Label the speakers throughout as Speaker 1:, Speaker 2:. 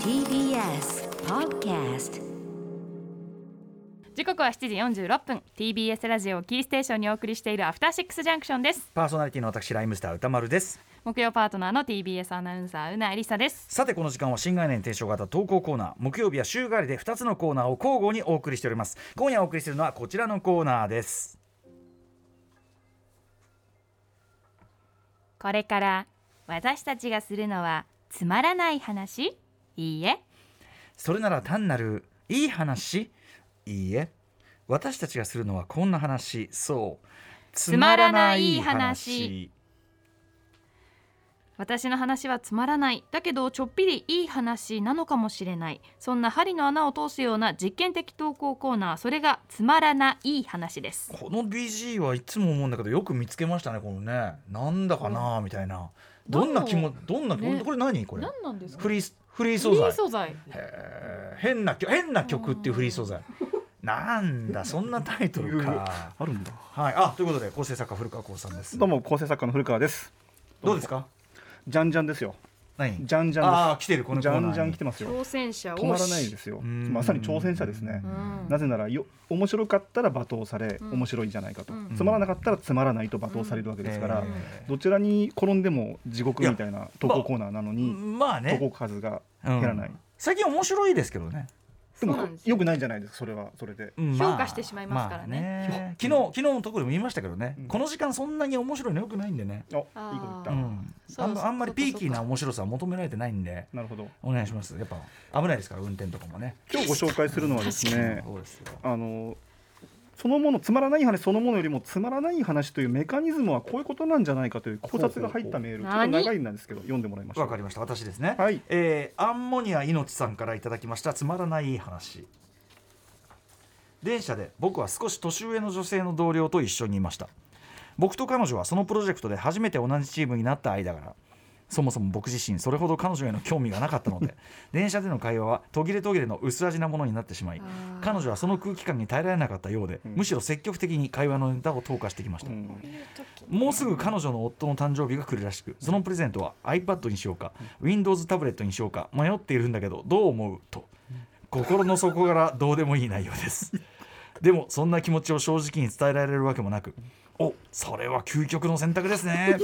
Speaker 1: TBS Podcast
Speaker 2: 時刻は7時46分 TBS ラジオをキーステーションにお送りしているアフターシックスジャンクションです
Speaker 3: パーソナリティの私ライムスター歌丸です
Speaker 2: 木曜パートナーの TBS アナウンサーうなえりさです
Speaker 3: さてこの時間は新概念提唱型投稿コーナー木曜日は週替わりで2つのコーナーを交互にお送りしております今夜お送りするのはこちらのコーナーです
Speaker 2: これから私たちがするのはつまらない話いいえ
Speaker 3: それなら単なるいい話いいえ私たちがするのはこんな話そうつ
Speaker 2: まらない話私の話はつまらないだけどちょっぴりいい話なのかもしれないそんな針の穴を通すような実験的投稿コーナーそれがつまらない話です
Speaker 3: この BG はいつも思うんだけどよく見つけましたねこのねなんだかなみたいなどんな気もどんな、
Speaker 2: ね
Speaker 3: これ何これ
Speaker 2: 何なんですか
Speaker 3: フリースフリー素
Speaker 2: フリー
Speaker 3: 材
Speaker 2: 素材
Speaker 3: へー変な曲変な曲っていうフリー素材なんだそんなタイト ルか
Speaker 4: あるんだ。
Speaker 3: はいあということで構成作家古川光さんです
Speaker 4: どうも構成作家の古川です。
Speaker 3: どうですか
Speaker 4: じゃんじゃんですよ。
Speaker 3: 何
Speaker 4: じゃんじ
Speaker 3: あ
Speaker 4: ゃん
Speaker 3: あ来てるこ
Speaker 4: で
Speaker 3: の
Speaker 4: す。じ
Speaker 3: コー
Speaker 4: ゃ
Speaker 3: ナー
Speaker 4: ん
Speaker 3: に
Speaker 4: じゃん来てますよ。
Speaker 2: 挑戦者を
Speaker 4: 止まらないですよ。
Speaker 3: うん
Speaker 4: まさに挑戦者ですね
Speaker 2: う。ん
Speaker 4: なぜならよ面白かったら罵倒され
Speaker 2: うん
Speaker 4: 面白いじゃないかと、
Speaker 2: うん
Speaker 4: つまらなかったらつまらないと罵倒されるわけですから、
Speaker 3: うん
Speaker 4: どちらに転んでも地獄みたいな投稿コーナーなのに、
Speaker 3: まあ
Speaker 4: 投稿
Speaker 3: ね
Speaker 4: 数が減らない、
Speaker 3: うん最近面白いですけどね
Speaker 2: そ
Speaker 4: で
Speaker 2: う
Speaker 4: も
Speaker 2: なんですよ
Speaker 4: よくないじゃないですかそれはそれで、
Speaker 3: うんまあ
Speaker 2: 評価してしまいますからね
Speaker 3: あね昨日昨日のところでも言いましたけどね
Speaker 4: うん
Speaker 3: この時間そんなに面白いのよくないんでね
Speaker 4: あいいこ
Speaker 2: あー
Speaker 4: と言っ
Speaker 3: う
Speaker 4: た、
Speaker 3: ん
Speaker 2: そう
Speaker 3: あん
Speaker 2: そう
Speaker 3: まあんまりピーキー
Speaker 2: そ
Speaker 3: な
Speaker 2: う
Speaker 3: 面白さは求められてないんで
Speaker 4: なるほど
Speaker 3: お願いしますやっぱ危ないですから運転とかもね
Speaker 4: 今日ご紹介するのはですね
Speaker 3: そうですよ
Speaker 4: あのそのものつまらない話そのものよりもつまらない話というメカニズムはこういうことなんじゃないかという考察が入ったメール
Speaker 2: ほ
Speaker 4: ちょ
Speaker 2: う
Speaker 4: っ
Speaker 2: ほうほう
Speaker 4: と長いんですけど読んでもらいましょ
Speaker 3: わか
Speaker 4: う
Speaker 3: りました私ですね、
Speaker 4: はい
Speaker 3: えーアンモニア命さんからいただきましたつまらない話電車で僕は少し年上の女性の同僚と一緒にいました僕と彼女はそのプロジェクトで初めて同じチームになった間柄そもそも僕自身それほど彼女への興味がなかったの で電車での会話は途切れ途切れの薄味なものになってしまい
Speaker 2: あー
Speaker 3: 彼女はその空気感に耐えられなかったようで、
Speaker 4: うん
Speaker 3: むしろ積極的に会話のネタを投下してきました、
Speaker 4: うん
Speaker 3: もうすぐ彼女の夫の誕生日が来るらしくそのプレゼントは iPad にしようか Windows タブレットにしようか迷っているんだけどどう思うと心の底からどうでもいい内容ですでもそんな気持ちを正直に伝えられるわけもなくおそれは究極の選択ですね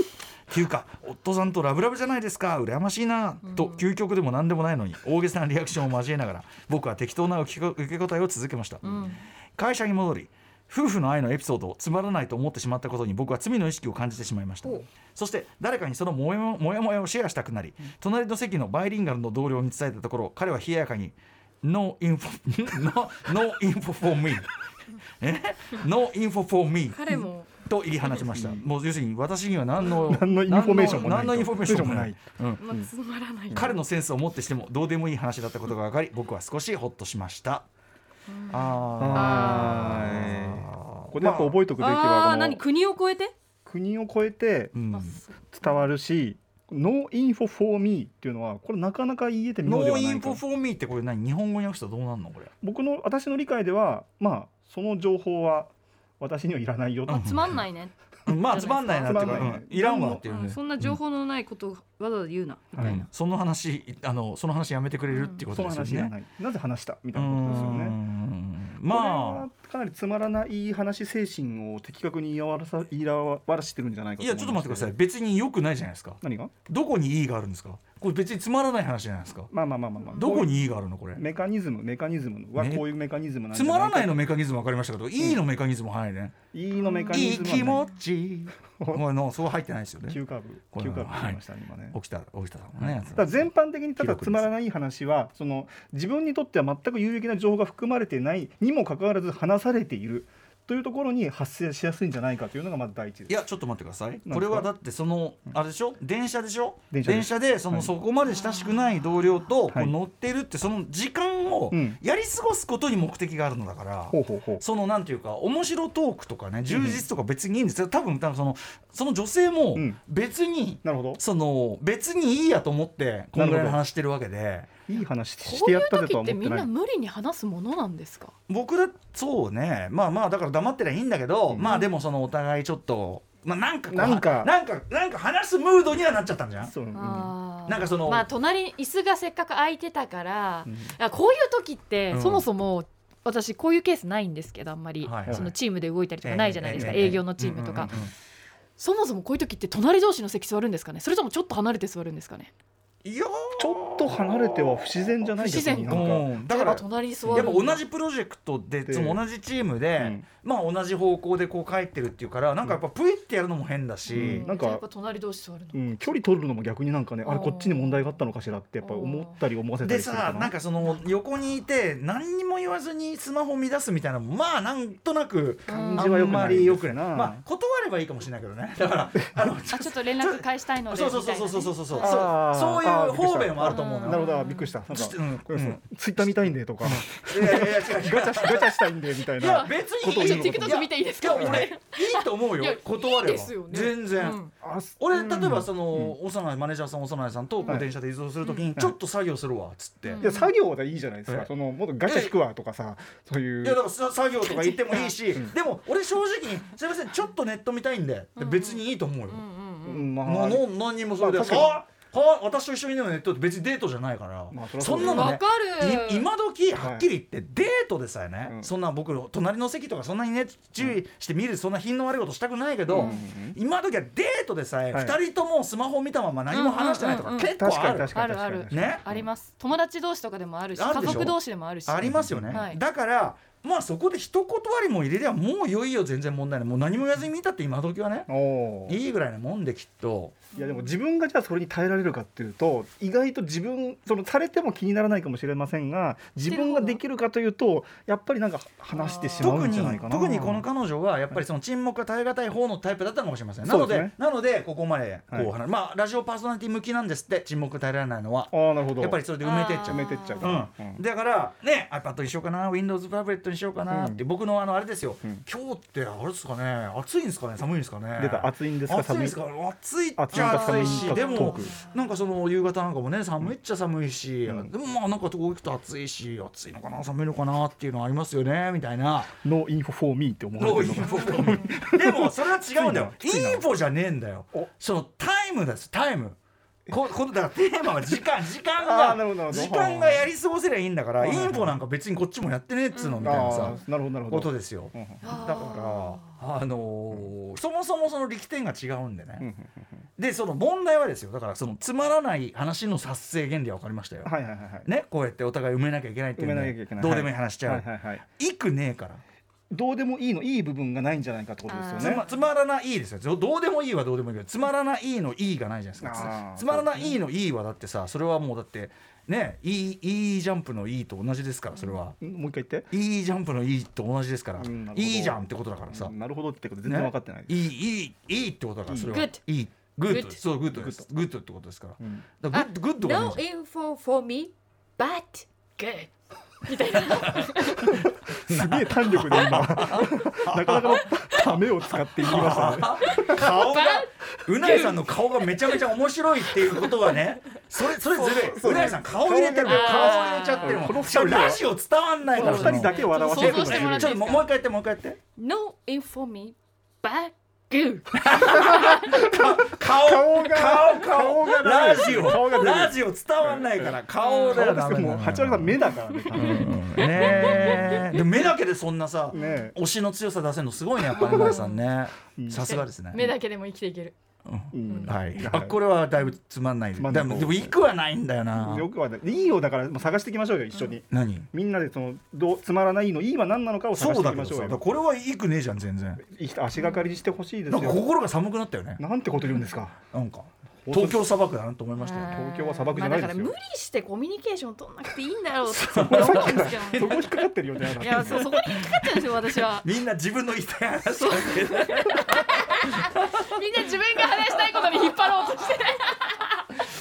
Speaker 3: っていうか夫さんとラブラブじゃないですか羨ましいなと究極でも何でもないのに大げさなリアクションを交えながら僕は適当な受け受け答えを続けました、
Speaker 2: うん
Speaker 3: 会社に戻り夫婦の愛のエピソードをつまらないと思ってしまったことに僕は罪の意識を感じてしまいましたそして誰かにそのモヤモモヤモヤをシェアしたくなり隣の席のバイリンガルの同僚に伝えたところ彼は冷ややかに「No info no, no info for me」え「No info for me」
Speaker 2: 彼も
Speaker 3: と言い放ちましたもう要するに私には何の
Speaker 4: 何のインフォメーションもない
Speaker 3: 何のインフォメーションもない、うん、
Speaker 2: まあつまらない
Speaker 3: 彼のセンスをもってしてもどうでもいい話だったことが分かり僕は少しホッとしました、あ
Speaker 4: はい
Speaker 3: あ
Speaker 4: ここでやっぱ覚えておくべき
Speaker 2: ああ
Speaker 4: は
Speaker 2: ー
Speaker 4: この
Speaker 2: 何国を越えて
Speaker 4: 国を越えて
Speaker 3: うん
Speaker 2: あそう
Speaker 4: 伝わるし「No info for me」っていうのはこれなかなか言えて妙で
Speaker 3: ノ
Speaker 4: は
Speaker 3: ーイ
Speaker 4: な
Speaker 3: ン
Speaker 4: い
Speaker 3: フォ
Speaker 4: か
Speaker 3: フォーミーってこれ何日本語に訳したらどうなんのこれ
Speaker 4: 僕の私の理解ではまあその情報は私にはいらないよと
Speaker 2: あつまんないね
Speaker 3: うんまあつまんないなっていうか、
Speaker 4: つまんないね
Speaker 3: うんいらんわってい
Speaker 2: う
Speaker 3: うね
Speaker 2: ん、そんな情報のないことをわざわざ言うなみ
Speaker 3: うん、
Speaker 2: たい
Speaker 3: うん
Speaker 2: な、
Speaker 3: その話あのその話やめてくれるっていうこ
Speaker 4: そ
Speaker 3: と
Speaker 4: の
Speaker 3: ですよ
Speaker 4: 話いら
Speaker 3: ね、
Speaker 4: ないなぜ話したみ
Speaker 3: う
Speaker 4: たいなことですよね。
Speaker 3: ん
Speaker 4: これ
Speaker 3: ま
Speaker 4: はかなりつまらない話精神を的確に言い合わさ言い合わらしてるんじゃない
Speaker 3: あ
Speaker 4: か
Speaker 3: いやちょっと待ってください
Speaker 4: い
Speaker 3: 別に良くないじゃないですか
Speaker 4: 何が
Speaker 3: どこにいいがあるんですかこれ別につまらない話じゃないですか
Speaker 4: まあまあまあまあ、まあ、
Speaker 3: どこ
Speaker 4: ういう
Speaker 3: にいいがあるのこれ
Speaker 4: メカニズムメカニズムは
Speaker 3: め
Speaker 4: こういうメカニズムなん
Speaker 3: つ
Speaker 4: じゃ
Speaker 3: ま
Speaker 4: な
Speaker 3: ら
Speaker 4: いか
Speaker 3: ないのメカニズム分かりましたけど、いいのメカニズム入らないね、
Speaker 4: いいのメカニ
Speaker 3: い
Speaker 4: ズ
Speaker 3: い
Speaker 4: ム
Speaker 3: 気
Speaker 4: は
Speaker 3: 持 ちこれのそう入ってないですよ
Speaker 4: ない
Speaker 3: ね
Speaker 4: 急カー
Speaker 3: こ
Speaker 4: ブ
Speaker 3: れ
Speaker 4: 急
Speaker 3: は
Speaker 4: カーブ言いましたね今ね
Speaker 3: 沖田沖田さんもね
Speaker 4: ただ全般的にただ
Speaker 3: 記録です
Speaker 4: つまらない話はその自分にとっては全く有益な情報が含まれてないにもかかわらず話されているというところに発生しやすいんじゃないかというのがまず第一です
Speaker 3: いやちょっと待ってください
Speaker 4: か
Speaker 3: これはだってそのあれでしょ電車でしょ電
Speaker 4: 電
Speaker 3: 車
Speaker 4: 車
Speaker 3: で
Speaker 4: です
Speaker 3: その、
Speaker 4: はい
Speaker 3: そこまで親しくない同僚とこ
Speaker 4: は
Speaker 3: う
Speaker 4: い
Speaker 3: 乗ってるってその時間を
Speaker 4: うん
Speaker 3: やり過ごすことに目的があるのだから、
Speaker 4: ほうほうほう
Speaker 3: そのなんていうか面白トークとかね充実とか別にいいんですよ多分多分そのその女性も
Speaker 4: うん
Speaker 3: 別に、
Speaker 4: なるほど
Speaker 3: その別にいいやと思ってこのぐらいの話してるわけで
Speaker 4: いい話し
Speaker 5: こ
Speaker 4: て
Speaker 5: うい
Speaker 4: や
Speaker 5: う
Speaker 4: ったぜと
Speaker 5: 時
Speaker 4: は
Speaker 5: って
Speaker 4: 思っ
Speaker 5: み
Speaker 4: て
Speaker 5: ん
Speaker 4: な
Speaker 5: ない無理に話すものなんですか
Speaker 3: 僕だそうねまあまあだから黙ってりゃいいんだけど、まあでもそのお互いちょっとまあ、なんかこう
Speaker 4: なんか
Speaker 3: なんかなんか話すムードにはなっちゃったんじゃん
Speaker 4: そううん
Speaker 5: あー
Speaker 3: なんかその
Speaker 5: まあ隣に椅子がせっかく空いてたから、
Speaker 4: うん
Speaker 5: いやこういう時って、
Speaker 3: うん
Speaker 5: そもそも私こういうケースないんですけどあんまり、
Speaker 3: はいはい
Speaker 5: そのチームで動いたりとかないじゃないですか、
Speaker 3: ええええええ
Speaker 5: 営業のチームとか、
Speaker 3: うんうんうんうん
Speaker 5: そもそもこういう時って隣同士の席座るんですかねそれともちょっと離れて座るんですかね
Speaker 3: いやー
Speaker 4: ちょっと離れては不自然じゃないですか
Speaker 5: 不自然
Speaker 4: なんか
Speaker 3: うんだから
Speaker 5: 例えば隣に座る
Speaker 3: やっぱ同じプロジェクトでいつも同じチームで、
Speaker 4: うん
Speaker 3: まあ同じ方向でこう帰ってるっていうからなんかやっぱプイってやるのも変だし、
Speaker 4: うんなんか
Speaker 5: じゃあやっぱ隣同士座るの、
Speaker 4: うん、距離取るのも逆になんかねあれこっちに問題があったのかしらってやっぱ思ったり思わせた
Speaker 3: で
Speaker 4: りする
Speaker 3: さなんかその横にいて何にも言わずにスマホ乱すみたいなのもまあなんとなく
Speaker 5: 感
Speaker 3: あ
Speaker 4: じは良
Speaker 3: ん
Speaker 4: くない
Speaker 3: まりよくない
Speaker 4: うん
Speaker 3: まあ断ればいいかもしれないけど ねだからあ の
Speaker 5: あちょっと連絡返したいので
Speaker 3: そうそう
Speaker 5: み
Speaker 3: そ
Speaker 5: た
Speaker 3: う
Speaker 5: い
Speaker 3: そう
Speaker 5: なね
Speaker 3: そうそうそうそう
Speaker 4: あー
Speaker 3: そう
Speaker 4: あ
Speaker 3: いう
Speaker 4: ーびっくり
Speaker 3: 方
Speaker 4: した
Speaker 3: 面もあると思うの
Speaker 4: なる
Speaker 3: よ
Speaker 4: ほどびっくりしたなんか
Speaker 3: ちょっとうん
Speaker 4: う
Speaker 3: うん
Speaker 4: んツイッター見たいんでとか
Speaker 3: いやいやいや違う違う
Speaker 4: ガチャガチャしたいんでみたい
Speaker 3: いや
Speaker 4: な
Speaker 3: 別
Speaker 4: ことを
Speaker 3: に
Speaker 4: 言うの
Speaker 5: ちょっと TikTok 見ていいです
Speaker 3: や
Speaker 5: か
Speaker 3: 俺いいと思う
Speaker 5: い
Speaker 3: よ
Speaker 5: や
Speaker 3: 断れば
Speaker 5: いいですよね
Speaker 3: 全然、
Speaker 5: うん
Speaker 4: あす
Speaker 3: 俺
Speaker 4: うん
Speaker 3: 例えばその、幼いマネージャーさん幼いさんとこ
Speaker 4: は
Speaker 3: う
Speaker 4: い
Speaker 3: 電車で移動するときに
Speaker 4: ん
Speaker 3: ちょっと作業するわっつって、
Speaker 5: うん
Speaker 4: いや作業でいいじゃないです
Speaker 3: え
Speaker 4: かそのもっとガチャ引くわとかさそういう
Speaker 3: いやだからさ作業とか言ってもいいし、
Speaker 4: うん
Speaker 3: でも俺正直に「すいませんちょっとネット見たいんで」
Speaker 5: うん
Speaker 3: 別にいいと思うよ、
Speaker 5: うんうんうん
Speaker 4: うんま
Speaker 3: な
Speaker 4: あ
Speaker 3: の何にもそれで「
Speaker 4: まあ確かに
Speaker 3: はあはあ私と一緒にいるのネット」って別にデートじゃないから、
Speaker 4: まあ
Speaker 3: そ
Speaker 4: そりゃそうんだ
Speaker 3: なの
Speaker 4: よ
Speaker 5: わ
Speaker 3: ね
Speaker 5: かる
Speaker 3: い今時はっきり言ってデートでさえね、
Speaker 4: うん
Speaker 3: そんな僕隣の席とかそんなにね注意して見るそんな品の悪いことしたくないけど、
Speaker 4: うん
Speaker 3: 今時はデートでさえ
Speaker 4: はい
Speaker 3: 2人ともスマホ見たまま何も話してないと
Speaker 5: う
Speaker 3: か
Speaker 5: んうんうんうん
Speaker 3: 結構
Speaker 4: 確
Speaker 3: あ
Speaker 4: か
Speaker 3: る
Speaker 4: に確かに確かに
Speaker 5: あるあ
Speaker 4: 確かに
Speaker 3: ね
Speaker 5: あります友達同士とかでもあるし
Speaker 3: あるで
Speaker 5: 家
Speaker 3: しょ
Speaker 5: 族同士でもあるし
Speaker 3: ありますよね、
Speaker 5: はい
Speaker 3: だからまあそこで一断りも入れりゃもういよいよ全然問題ないもう何も言わずに見たって今時はね
Speaker 4: おー
Speaker 3: いいぐらいなもんできっと
Speaker 4: いやでも自分がじゃあそれに耐えられるかっていうと意外と自分そのされても気にならないかもしれませんが自分ができるかというとやっぱりなんか話してしまう
Speaker 3: 特
Speaker 4: ん
Speaker 3: に
Speaker 4: じゃないかな
Speaker 3: 特にこの彼女はやっぱりその沈黙が耐え難い方のタイプだったのかもしれませんなので
Speaker 4: そうですね
Speaker 3: なのでここまでこう、
Speaker 4: はい
Speaker 3: 話まあラジオパーソナリティ向きなんですって沈黙が耐えられないのは
Speaker 4: ああなるほど
Speaker 3: やっぱりそれで埋めてっちゃ
Speaker 4: 埋
Speaker 3: う
Speaker 4: めてっちゃうから
Speaker 3: う
Speaker 4: うん
Speaker 3: ん、だからね iPad にしようかな Windows タブレットにしようかなって、僕のあのあれですよ、
Speaker 4: うん
Speaker 3: 今日ってあれですかね暑いんですかね寒いんですかね
Speaker 4: 出た暑いんですか
Speaker 3: 暑い
Speaker 4: 寒
Speaker 3: で
Speaker 4: い
Speaker 3: すか暑いっ
Speaker 4: 暑い
Speaker 3: ち
Speaker 4: ん
Speaker 3: ゃ
Speaker 4: か寒
Speaker 3: 暑
Speaker 4: い
Speaker 3: い
Speaker 4: ん
Speaker 3: し
Speaker 4: か
Speaker 3: で
Speaker 4: トー
Speaker 3: も
Speaker 4: ク
Speaker 3: なんかその夕方なんかもね寒いっちゃ寒いし、
Speaker 4: うん
Speaker 3: でもまあなんか遠くと暑いし暑いのかな寒いのかなっていうのありますよねみたいな。
Speaker 4: ノーインフォフォーミーって思わ
Speaker 3: どう
Speaker 4: れ
Speaker 3: い
Speaker 4: て
Speaker 3: う
Speaker 4: るのか
Speaker 3: こと でもそれは違うんだよ。イ
Speaker 4: きついな
Speaker 3: ンフォじゃねえんだよ
Speaker 4: お。
Speaker 3: そのタイムですタイム。ここのだからテーマは時間時間
Speaker 4: あーなるほど
Speaker 3: が
Speaker 4: なるほど
Speaker 3: 時間がやり過ごせりゃいいんだから
Speaker 4: はい
Speaker 3: イ
Speaker 4: はいはい
Speaker 3: ンフォなんか別にこっちもやってねえっつうのみたいな
Speaker 4: あ
Speaker 3: さ
Speaker 4: あなるほどなるほ
Speaker 3: こと
Speaker 4: ど
Speaker 3: ですよ。
Speaker 4: うん
Speaker 3: だからあのーそもそもその力点が違うんでね。
Speaker 4: うん
Speaker 3: でその問題はですよだからそのつまらない話の殺生原理は分かりましたよ、
Speaker 4: はいはいはいはい
Speaker 3: ねこうやってお互い埋めなきゃいけないってい
Speaker 4: 埋
Speaker 3: う
Speaker 4: め
Speaker 3: の
Speaker 4: な
Speaker 3: は
Speaker 4: きゃいけない
Speaker 3: どうでもいい話しちゃう、
Speaker 4: はいはいはい
Speaker 3: いくねえから、
Speaker 4: どうでもいいのいい部分がないんじゃないかってことです
Speaker 5: あ
Speaker 4: よ
Speaker 3: つ
Speaker 4: ね
Speaker 3: まつまらないいですよどどうでもいいはどうでもいいけどつまらないいのいいがないじゃないですか
Speaker 4: あー
Speaker 3: つつまらないいのいいはだってさそれはもうだってねいいいいジャンプのいいと同じですからそれは、
Speaker 4: んもう一回言って
Speaker 3: いいジャンプのいいと同じですから、
Speaker 4: うんなるほど
Speaker 3: いいじゃんってことだからさ、
Speaker 4: うんなるほどってこと全然分かってない
Speaker 3: いいいいいいってことだからそれは、
Speaker 5: Good
Speaker 3: いいグッド
Speaker 5: Good
Speaker 3: そうグッドですグッドってことですから
Speaker 4: うん
Speaker 3: だからグッドグッドがないじゃ
Speaker 1: No
Speaker 3: ん
Speaker 1: info for me, but good.
Speaker 4: すげえ弾力で今 なかなかのためを使って言いましたね
Speaker 3: 顔がうなえさんの顔がめちゃめちゃ面白いっていうことはね それそれずるいうなえさん顔入れてるのよ
Speaker 5: あー
Speaker 3: 顔入れちゃってるも
Speaker 4: こ
Speaker 3: ん
Speaker 4: の
Speaker 3: しかも
Speaker 4: 二人は
Speaker 3: ラジオ伝わんない
Speaker 4: こ
Speaker 3: か
Speaker 4: の
Speaker 3: ら
Speaker 4: 二人だけを表してるの
Speaker 5: 想像してもらっ
Speaker 3: ち
Speaker 5: て
Speaker 3: ょ
Speaker 5: い
Speaker 3: っ
Speaker 5: い
Speaker 3: と
Speaker 5: です
Speaker 3: もう
Speaker 5: か
Speaker 3: 一回やってもう一回やって
Speaker 5: No info me but good
Speaker 3: 顔
Speaker 4: 顔が
Speaker 3: 顔
Speaker 4: 顔が
Speaker 3: ラ
Speaker 4: ない
Speaker 3: ジ
Speaker 4: 顔が
Speaker 3: オ
Speaker 4: 出る
Speaker 3: ラジオ伝わんないから顔だよ
Speaker 4: 顔ですけどもう八割さん目だからね多
Speaker 3: うん
Speaker 4: 分
Speaker 3: うんねえでも目だけでそんなさ
Speaker 4: ねえ
Speaker 3: 推しの強さ出せるのすごいねやっぱりうなえさんねさすがですね
Speaker 5: 目だけでも生きていける
Speaker 4: うん
Speaker 3: はい
Speaker 4: はい、
Speaker 3: あこれはだいぶつまんない
Speaker 4: つまんな
Speaker 3: で
Speaker 4: い
Speaker 3: もでも行くはないんだよな
Speaker 4: よくはないいいよだからもう探していきましょうよ一緒に、
Speaker 3: 何
Speaker 4: みんなでそのどうつまらないのいいは何なのかを探
Speaker 3: そ
Speaker 4: し
Speaker 3: う
Speaker 4: てい
Speaker 3: だけど
Speaker 4: きまし
Speaker 3: さ
Speaker 4: ょう
Speaker 3: だ
Speaker 4: よ
Speaker 3: からこれはいいくねえじゃん全然
Speaker 4: いい足がかりにしてほしいで
Speaker 3: なん
Speaker 4: す
Speaker 3: か
Speaker 4: よ
Speaker 3: 心が寒くなったよね
Speaker 4: なんてこと言うんですか
Speaker 3: なんか
Speaker 4: 放送
Speaker 3: 東京砂漠だなと思いましたよ
Speaker 4: 東京は砂漠じゃないですよ
Speaker 5: まあだから無理してコミュニケーション取んなくていいんだろうって思うんですけど
Speaker 4: そこ
Speaker 5: ね
Speaker 4: 引っかかってるよねあない
Speaker 5: やそうそこに引っかかっちゃうんですよ私は
Speaker 3: みんな自分の言いたい話
Speaker 5: そうみんな自分が話したいことに引っ張ろうとして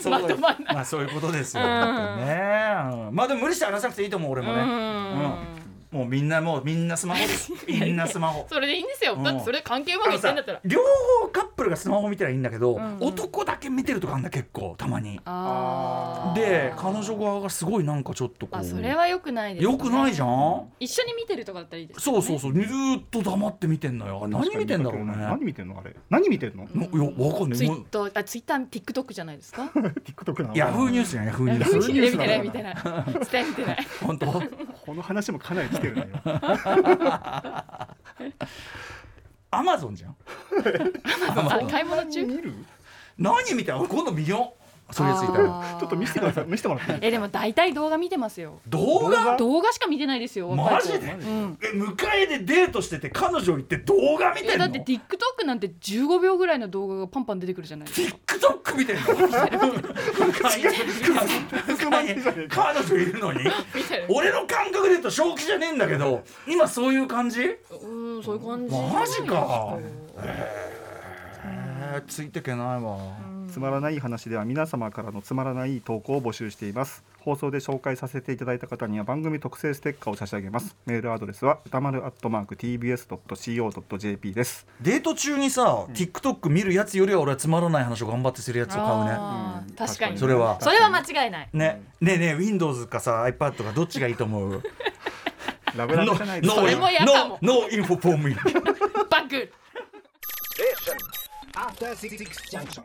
Speaker 3: そう
Speaker 5: まとまん
Speaker 3: まあそういうことですよだってねうんまあでも無理して話さなくていいと思う俺も
Speaker 5: う
Speaker 3: ね
Speaker 5: ん
Speaker 3: もうみんな もうみんなスマホですみんなスマホ
Speaker 5: それでいいんですよ
Speaker 3: うん
Speaker 5: だってそれ関係うまくいってんだったら
Speaker 3: 両方カッププルがスマホ見てりゃいいんだけど、
Speaker 5: うんうん
Speaker 3: 男だけ見てるとかあんだ結構たまに
Speaker 5: あー
Speaker 3: で彼女側がすごいなんかちょっとこ
Speaker 1: あ
Speaker 3: う
Speaker 1: それは良くないですね
Speaker 3: よくないじゃん
Speaker 1: 一緒に見てるとかだったらいいですよ
Speaker 3: そ
Speaker 1: ね
Speaker 3: うそうそうずーっと黙って見てんのよ何見てんだろうね
Speaker 4: 何見てんのあれ何見て んの
Speaker 1: うん
Speaker 3: いやわかんな
Speaker 5: ツ
Speaker 3: い
Speaker 5: イ
Speaker 3: も
Speaker 5: ッ
Speaker 3: う
Speaker 5: ターあツイッター TikTok じゃないですか
Speaker 4: TikTok なの
Speaker 3: ヤフーニュースやヤフーニュー
Speaker 4: ヤフ
Speaker 3: ス
Speaker 4: ーニュース
Speaker 5: 見てない見てない
Speaker 1: 伝えて ない
Speaker 3: 本当
Speaker 4: この話もかなり来てる ね今
Speaker 3: アマゾンじゃん
Speaker 5: あ買い物中
Speaker 4: 見る
Speaker 3: 何見てんの今度見ようそれについては
Speaker 5: あー
Speaker 4: ちょっと見せてください見せてもらっていい
Speaker 5: えでも大体動画見てますよ
Speaker 3: 動画
Speaker 5: 動画しか見てないですよ若
Speaker 3: マ
Speaker 5: い子
Speaker 3: ジで
Speaker 5: うん
Speaker 3: え迎えでデートしてて彼女行って動画見
Speaker 5: い
Speaker 3: て
Speaker 5: や
Speaker 3: ん
Speaker 5: だ
Speaker 3: の
Speaker 5: って TikTok なんて15秒ぐらいの動画がパンパン出てくるじゃないですか
Speaker 3: TikTok 見てん の彼女いるのに
Speaker 1: 見てる
Speaker 3: 俺の感覚で言うと正気じゃねえんだけど今そういう感じ
Speaker 1: うんそういう感じ
Speaker 3: マジかえー、ついてけないわ
Speaker 4: つまらない話では皆様からのつまらない投稿を募集しています放送で紹介させていただいた方には番組特製ステッカーを差し上げますメールアドレスは歌丸アットマーク tbs.co.jp です
Speaker 3: デート中にさ TikTok 見るやつよりは俺はつまらない話を頑張ってするやつを買うね
Speaker 5: あー
Speaker 4: うん
Speaker 5: 確かに
Speaker 3: それは
Speaker 5: それは間違いない
Speaker 3: ねねえねえ Windows かさ iPad かどっちがいいと思 う
Speaker 4: ラブ
Speaker 3: ノー
Speaker 4: ラブ
Speaker 3: ノ
Speaker 4: じゃないです
Speaker 5: そ
Speaker 4: か
Speaker 5: れも嫌かも
Speaker 3: ーインフォフォーミー
Speaker 5: バッグ
Speaker 6: After Six Junction.